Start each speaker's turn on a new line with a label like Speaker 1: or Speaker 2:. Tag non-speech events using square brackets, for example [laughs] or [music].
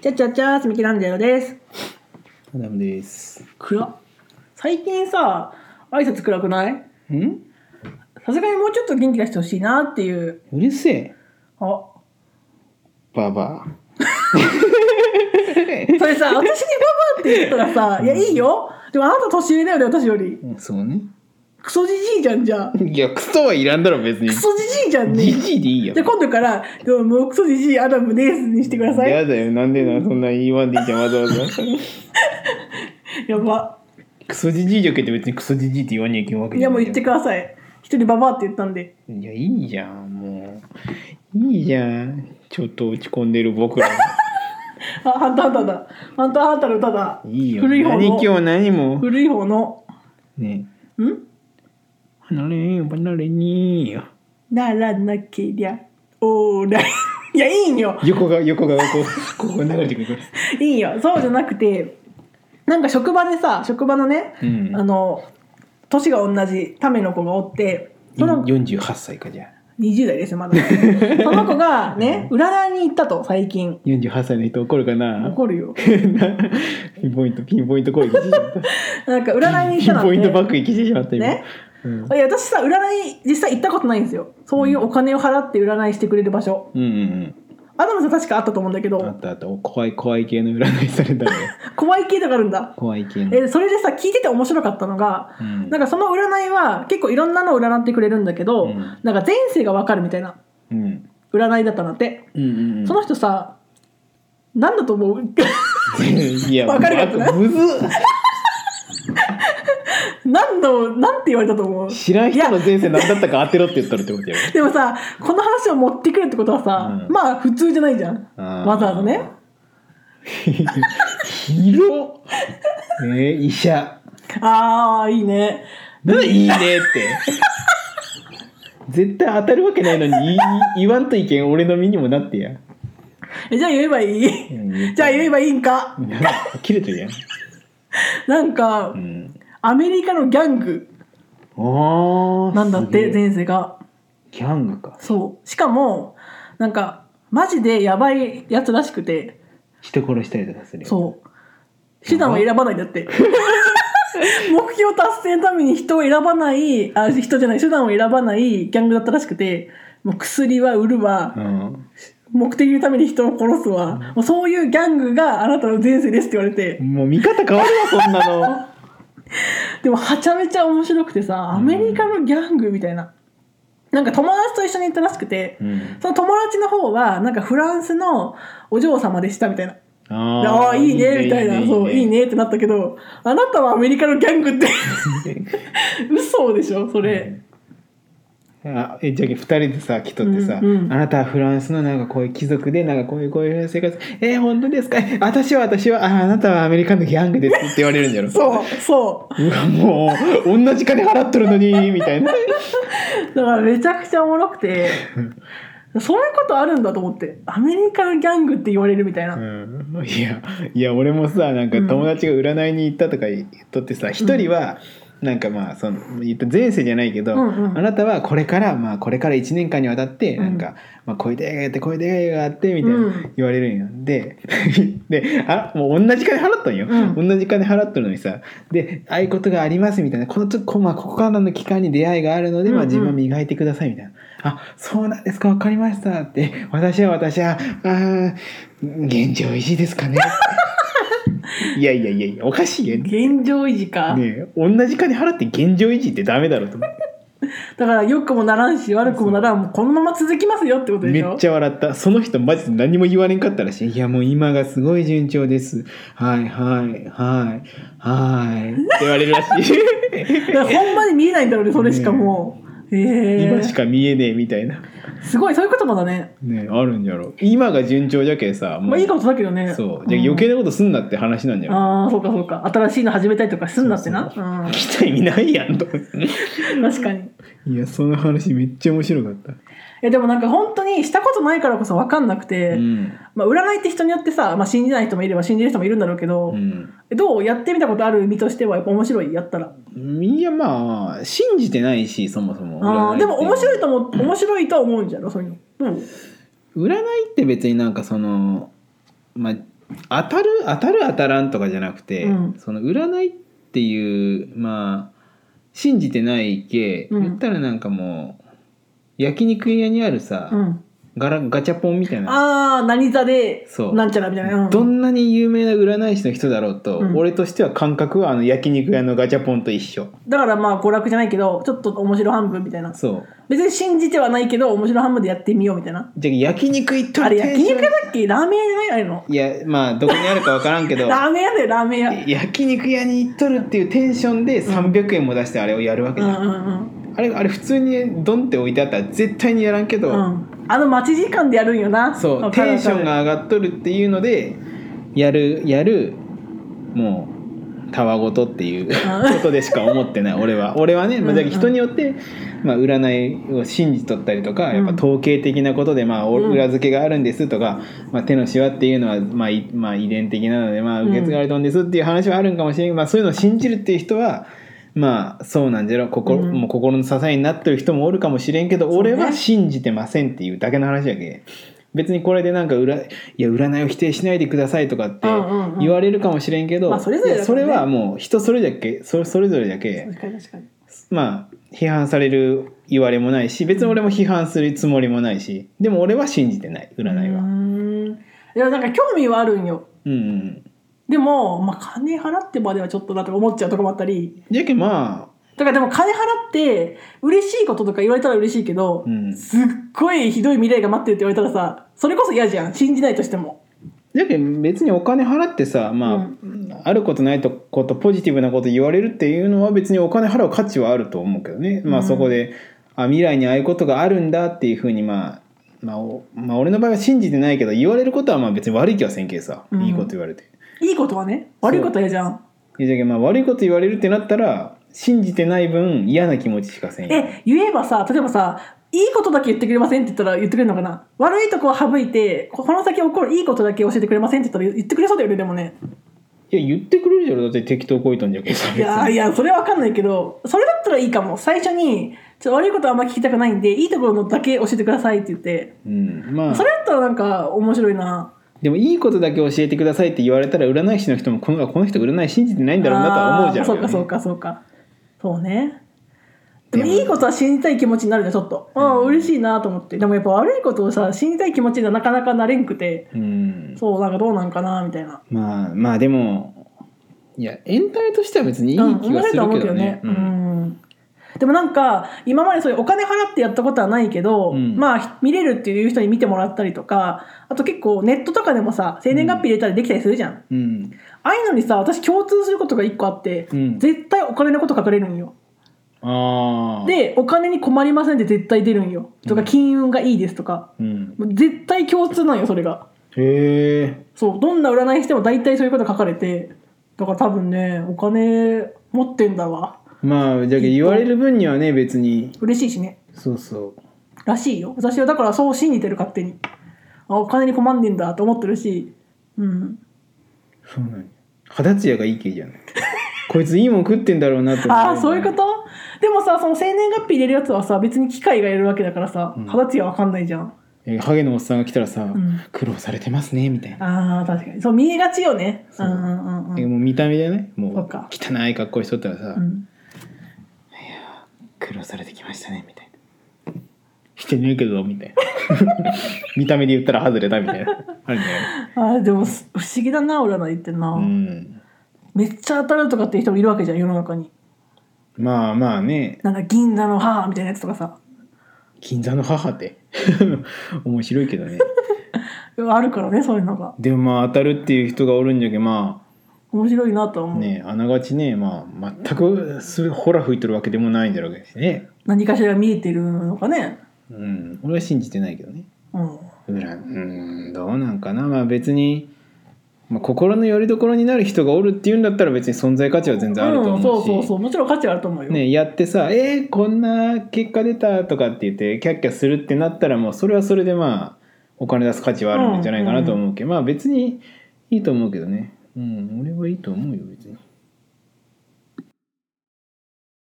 Speaker 1: ちゃちゃちゃーすみきらんじろです
Speaker 2: アダムです。
Speaker 1: 暗っ最近さ挨拶暗くない
Speaker 2: ん
Speaker 1: さすがにもうちょっと元気出してほしいなっていう
Speaker 2: うるせえ。
Speaker 1: あ
Speaker 2: ババ
Speaker 1: それさ
Speaker 2: [laughs]
Speaker 1: 私にババアって言ったらさ「いやいいよ」でもあなた年上だよね私より
Speaker 2: ア。そうね。
Speaker 1: クソじじいじゃんじゃあ
Speaker 2: いや、クソはいらんだろ、別に
Speaker 1: ク。ソじじいじゃんね
Speaker 2: じじいでいいよ。
Speaker 1: じゃあ今度から「どうもクソじじいアダムです」にしてください
Speaker 2: やだよ、なんでな、そんな言わんでいいじゃん、わざわざ。
Speaker 1: やば
Speaker 2: クソじじいじゃけって別にクソじじいって言わにゃいけんわけ
Speaker 1: い
Speaker 2: じゃ
Speaker 1: や
Speaker 2: な
Speaker 1: もう
Speaker 2: い
Speaker 1: 言ってください一人ババアって言ったんで
Speaker 2: いや、いいじゃん、もう。いいじゃん。ちょっと落ち込んでる
Speaker 1: [laughs]
Speaker 2: 僕ら。
Speaker 1: あハンターハンターだハンターハンターの歌だ
Speaker 2: いいよ。
Speaker 1: 古い方
Speaker 2: 何今
Speaker 1: の
Speaker 2: 日何も。
Speaker 1: 古い方の
Speaker 2: ね
Speaker 1: ん
Speaker 2: 離れよ、離れによ。
Speaker 1: ならなけりゃオーライ [laughs] いやいいんよ
Speaker 2: 横が、横が、こう、こう流れてくる。
Speaker 1: いいんよそうじゃなくてなんか職場でさ職場のね、
Speaker 2: うん
Speaker 1: あの年が同じための子がおってその
Speaker 2: 48歳かじゃあ。
Speaker 1: 20代ですよまだ [laughs] その子がね占いに行ったと最近
Speaker 2: 48歳の人怒るかな
Speaker 1: 怒るよ
Speaker 2: ピンポイントピンポイント攻撃してしまった
Speaker 1: なんか占いに行っ
Speaker 2: ピ
Speaker 1: た
Speaker 2: ン
Speaker 1: なん
Speaker 2: ポイント
Speaker 1: て
Speaker 2: 爆撃してしまった今、
Speaker 1: ね
Speaker 2: うん、
Speaker 1: いや私さ占い実際行ったことないんですよそういうお金を払って占いしてくれる場所、
Speaker 2: うんうん
Speaker 1: アダムさん確かあったと思うんだけ
Speaker 2: うんあ
Speaker 1: ど
Speaker 2: ったあったお怖い怖い系の占い
Speaker 1: [laughs]
Speaker 2: されたのよ
Speaker 1: 怖い系とかあるんだ
Speaker 2: 怖い系の、
Speaker 1: えそれでさ聞いてて面白かったのが、
Speaker 2: うん
Speaker 1: なんかその占いは結構いろんなのを占ってくれるんだけど、
Speaker 2: うん
Speaker 1: なんか前世がわかるみたいな
Speaker 2: うん、うん
Speaker 1: 占いだったなって、
Speaker 2: うんうん
Speaker 1: その人さなんだと思う [laughs]
Speaker 2: いや
Speaker 1: わかるやつね
Speaker 2: まむずっ
Speaker 1: 何のなんて言われたと思う
Speaker 2: 知らん人の前世何だったか当てろって言ったらってことやろ
Speaker 1: でもさこの話を持ってくるってことはさ、
Speaker 2: うん
Speaker 1: まあ普通じゃないじゃん
Speaker 2: あー
Speaker 1: わざわざね
Speaker 2: 広っえー、医者
Speaker 1: ああいいね
Speaker 2: なんでいい
Speaker 1: [laughs]
Speaker 2: ねって絶対当たるわけないのにいい言わんといけん俺の身にもなってや
Speaker 1: えじゃあ言えばいいじゃあ言えばいいんか
Speaker 2: なんか
Speaker 1: [laughs]
Speaker 2: 切れてるやん。
Speaker 1: なんか、
Speaker 2: うん。
Speaker 1: アメリカのギャング
Speaker 2: ああ。
Speaker 1: なんだっ
Speaker 2: す
Speaker 1: て
Speaker 2: げえ
Speaker 1: 前世が
Speaker 2: ギャングか。
Speaker 1: そうしかもなんかマジでやばいやつらしくて
Speaker 2: 人殺したりとかする。う。
Speaker 1: そう手段を選ばないんだって [laughs] 目標達成のために人を選ばないあ人じゃない手段を選ばないギャングだったらしくてもう薬は売るわ
Speaker 2: うん。
Speaker 1: 目的のために人を殺すわもうそういうギャングがあなたの前世ですって言われて
Speaker 2: もう見方変わるわ [laughs] そんなの。
Speaker 1: でもはちゃめちゃ面白くてさアメリカのギャングみたいな、なんか友達と一緒に行ったらしくて、
Speaker 2: うん。
Speaker 1: その友達の方はなんかフランスのお嬢様でしたみたいなであ
Speaker 2: あ
Speaker 1: あいいねみたいなそういい。ねってなったけどあなたはアメリカのギャングって [laughs] 嘘でしょそれ、
Speaker 2: あえじゃあ二人でさ来とってさ、
Speaker 1: うんうん
Speaker 2: あなたはフランスのなんかこういう貴族でなんかこういうこういう生活えー、本当ですかえ私は私はああなたはアメリカのギャングですって言われるんじゃろ
Speaker 1: そうそう
Speaker 2: わもう同じ金払っとるのにみたいな
Speaker 1: うだからめちゃくちゃおもろくてそういうことあるんだと思ってアメリカのギャングって言われるみたいな、
Speaker 2: うんいやいや俺もさなんか友達が占いに行ったとか言っとってさ一、人はなんかまあその言った前世じゃないけど、
Speaker 1: うんうん
Speaker 2: あなたはこれからまあこれから1年間にわたって
Speaker 1: うん
Speaker 2: なんか、まあ、こういう出会いがあってこういう出会いがあってみたいな
Speaker 1: うん
Speaker 2: 言われるんよ、で [laughs] であもう同じ金払ったんよ、
Speaker 1: うん
Speaker 2: 同じ金払っとるのにさでああいうことがありますみたいなこのちょこ,、まあ、ここからの期間に出会いがあるので、
Speaker 1: う
Speaker 2: ま
Speaker 1: んう
Speaker 2: あ、
Speaker 1: ん
Speaker 2: 自分は磨いてくださいみたいな。あそうなんですか分かりましたって私は私はあー現状維持ですかね [laughs] いやいやいやいやおかしいよね
Speaker 1: 現状維持か、
Speaker 2: ねえ同じ金払って現状維持ってダメだろと思って
Speaker 1: だから良くもならんし悪くもならんもうこのまま続きますよってことで
Speaker 2: め
Speaker 1: しょ
Speaker 2: っちゃ笑ったその人マジで何も言われんかったらしいいやもう今がすごい順調ですはいはいはいはいって言われるらしい
Speaker 1: だからほんまに見えないんだろうねそれしかもう、え
Speaker 2: 今
Speaker 1: え
Speaker 2: しか見 [laughs] えねえみたいな
Speaker 1: すごいそういう言葉だね
Speaker 2: ねえあるんじゃろ今が順調じゃけさもう
Speaker 1: まあいいことだけどね
Speaker 2: そうじゃあ余計なことすんなって話なんじゃろ
Speaker 1: ああそうかそうか新しいの始めたりとかすんだってな
Speaker 2: そう来た意味ないやんと思
Speaker 1: [laughs]
Speaker 2: って
Speaker 1: うん、確かに
Speaker 2: いやその話めっちゃ面白かった。
Speaker 1: えでもなんか本当にしたことないからこそ分かんなくて、
Speaker 2: ん。
Speaker 1: まあ、占いって人によってさ、まあ、信じない人もいれば信じる人もいるんだろうけど、
Speaker 2: うん。
Speaker 1: どうやってみたことある身としてはやっぱ面白いやったら
Speaker 2: いやまあ信じてないしそもそも
Speaker 1: あー
Speaker 2: 占いって
Speaker 1: でも面白いとも面白いとは思うんじゃろそういうのどう
Speaker 2: 占いって別になんかそのまあ当たる当たる当たらんとかじゃなくて、
Speaker 1: うん
Speaker 2: その占いっていうまあ信じてないけ、
Speaker 1: うん
Speaker 2: 言ったらなんかもう焼肉屋にあるさ、
Speaker 1: うん、
Speaker 2: ガラガチャポンみたいな
Speaker 1: ああ何座で
Speaker 2: そう
Speaker 1: なんちゃらみたいな、うん、
Speaker 2: どんなに有名な占い師の人だろうと、
Speaker 1: うん
Speaker 2: 俺としては感覚はあの焼肉屋のガチャポンと一緒
Speaker 1: だからまあ娯楽じゃないけどちょっと面白半分みたいな
Speaker 2: そう
Speaker 1: 別に信じてはないけど面白半分でやってみようみたいな
Speaker 2: じゃあ焼肉行った
Speaker 1: あ
Speaker 2: ら
Speaker 1: れ
Speaker 2: テン
Speaker 1: 焼
Speaker 2: ション
Speaker 1: 肉屋だっけラーメン屋じゃないの
Speaker 2: いやまあどこにあるか分から
Speaker 1: [laughs]
Speaker 2: んけど
Speaker 1: ラーメン屋だよラーメン屋
Speaker 2: 焼肉屋に行っとるっていうテンションで300円も出してあれをやるわけ
Speaker 1: う
Speaker 2: じゃん
Speaker 1: んうんうん
Speaker 2: あれあれ普通にドンって置いてあったら絶対にやらんけど、
Speaker 1: うんあの待ち時間でやるんよな
Speaker 2: そう
Speaker 1: わかる
Speaker 2: テ
Speaker 1: わ
Speaker 2: ンシ
Speaker 1: かる
Speaker 2: ョンが上がっとるっていうのでやるやるもうたわごとっていうことでしか思ってない俺は俺はね、まあ、だけど人によって、まあ、占いを信じとったりとかやっぱ
Speaker 1: うん
Speaker 2: 統計的なことで、まあ、お
Speaker 1: うん
Speaker 2: 裏付けがあるんですとか、まあ、手のしわっていうのは、まあいまあ、遺伝的なので、まあ、
Speaker 1: うん
Speaker 2: 受け継がれたんですっていう話はあるんかもしれんけど、まあ、そういうのを信じるっていう人は。まあそうなんじゃろ心,、
Speaker 1: うん
Speaker 2: もう心の支えになってる人もおるかもしれんけど、
Speaker 1: そうね
Speaker 2: 俺は信じてませんっていうだけの話やけ別にこれでなんか裏いや占いを否定しないでくださいとかって
Speaker 1: うんうんうん
Speaker 2: 言われるかもしれんけど、
Speaker 1: まあそれぞれだ
Speaker 2: い
Speaker 1: からね
Speaker 2: やそれはもう人それだけそれそれぞれだけ
Speaker 1: 確かに確かに
Speaker 2: まあ批判される言われもないし別に俺も批判するつもりもないしでも俺は信じてない占いうは。
Speaker 1: ーんいやなんか興味はあるんよ
Speaker 2: うんうん、
Speaker 1: でも、まあ、金払ってまではちょっとだとか思っちゃうとこもあったり
Speaker 2: じゃけまあ
Speaker 1: だからでも金払って嬉しいこととか言われたら嬉しいけど、
Speaker 2: うん
Speaker 1: すっごいひどい未来が待ってるって言われたらさそれこそ嫌じゃん信じないとしても
Speaker 2: じゃけ別にお金払ってさまあ、
Speaker 1: う
Speaker 2: あることないとことポジティブなこと言われるっていうのは別にお金払う価値はあると思うけどね、ま
Speaker 1: う
Speaker 2: あ
Speaker 1: ん
Speaker 2: そこであ未来にああいうことがあるんだっていうふうにまあまあ、おまあ、俺の場合は信じてないけど言われることはまあ別に悪い気はせんけさ、
Speaker 1: うん
Speaker 2: いいこと言われて
Speaker 1: いいことはね悪いことは嫌じゃん
Speaker 2: えじゃけまあ悪いこと言われるってなったら信じてない分嫌な気持ちしかせんよ
Speaker 1: え言えばさ例えばさいいことだけ言ってくれませんって言ったら言ってくれるのかな悪いとこは省いてここの先起こるいいことだけ教えてくれませんって言ったら言ってくれそうだよねでもね
Speaker 2: いや言ってくれるじゃろだって適当こいとんじゃけさ
Speaker 1: いやいやそれは分かんないけどそれだったらいいかも最初にちょっと悪いことはあんま聞きたくないんでいいところのだけ教えてくださいって言って
Speaker 2: うんまあ
Speaker 1: それだったらなんか面白いな
Speaker 2: でもいいことだけ教えてくださいって言われたら占い師の人もこのこの人占い信じてないんだろうなとは思うじゃん
Speaker 1: あーそうかそうかそうかそうねでもいいことは信じたい気持ちになるじゃんちょっとああ嬉しいなと思ってでもやっぱ悪いことをさ信じたい気持ちにはなかなかなれんくて
Speaker 2: うん
Speaker 1: そうなんかどうなんかなみたいな
Speaker 2: まあまあでもいやエンタメとしては別にいい
Speaker 1: うん
Speaker 2: 気がす
Speaker 1: 面白い
Speaker 2: るけどね。
Speaker 1: とは思うけどうんでもなんか今までそういうお金払ってやったことはないけど、
Speaker 2: うん
Speaker 1: まあ見れるっていう人に見てもらったりとかあと結構ネットとかでもさ生年月日入れたりできたりするじゃん、
Speaker 2: うんうん
Speaker 1: ああいうのにさ私共通することが一個あって、
Speaker 2: うん
Speaker 1: 絶対お金のこと書かれるんよ
Speaker 2: ああ。
Speaker 1: でお金に困りませんって絶対出るんよとか金運がいいですとか、
Speaker 2: うん、
Speaker 1: もう絶対共通なんよそれが
Speaker 2: へえ。
Speaker 1: そうどんな占いしても大体そういうこと書かれてだから多分ねお金持ってんだわ
Speaker 2: まあじゃあ言われる分にはね別に
Speaker 1: 嬉しいしね
Speaker 2: そうそう。
Speaker 1: らしいよ私はだからそう信じてる勝手にあお金に困んねんだと思ってるしうん
Speaker 2: そうなんや肌ツヤがいい系
Speaker 1: [laughs]
Speaker 2: じゃない。こいついいもん食ってんだろうなと思
Speaker 1: ああそういうことでもさその生年月日入れるやつはさ別に機械がいるわけだからさ
Speaker 2: うん
Speaker 1: 肌ツヤわかんないじゃん、
Speaker 2: えハゲのおっさんが来たらさ、
Speaker 1: ん
Speaker 2: 苦労されてますねみたいな。
Speaker 1: ああ確かにそう見えがちよねう
Speaker 2: うん
Speaker 1: うんうんう
Speaker 2: え
Speaker 1: ん
Speaker 2: もう見た目じゃないもう
Speaker 1: そうか
Speaker 2: 汚い格好しとったらさ、
Speaker 1: うん
Speaker 2: 苦労されてきましたねみたいなしてねえけどみたいな
Speaker 1: [laughs]
Speaker 2: 見た目で言ったら外れたみたいなあるね
Speaker 1: あーでもす不思議だな占いってな、
Speaker 2: うん
Speaker 1: めっちゃ当たるとかっていう人もいるわけじゃん世の中に
Speaker 2: まあまあね
Speaker 1: なんか銀座の母みたいなやつとかさ
Speaker 2: 銀座の母って [laughs] 面白いけどね
Speaker 1: あるからねそういうのが
Speaker 2: でもまあ当たるっていう人がおるんじゃけま
Speaker 1: 面白いなとは
Speaker 2: あ
Speaker 1: 思う、
Speaker 2: ねあながちねまあ全くすほら吹いてるわけでもないんだろうけどね
Speaker 1: 何かしら見えてるのかね
Speaker 2: うん俺は信じてないけどね
Speaker 1: うん
Speaker 2: 裏うんどうなんかなまあ別に、まあ、心の拠り所になる人がおるっていうんだったら別に存在価値は全然あると思うし、
Speaker 1: ん、そうそうそうもちろん価値はあると思うよ、
Speaker 2: ね、やってさ「えー、こんな結果出た」とかって言ってキャッキャするってなったらもうそれはそれでまあお金出す価値はあるんじゃないかなと思うけど、まあ別にいいと思うけどねうん俺はいいと思うよ別に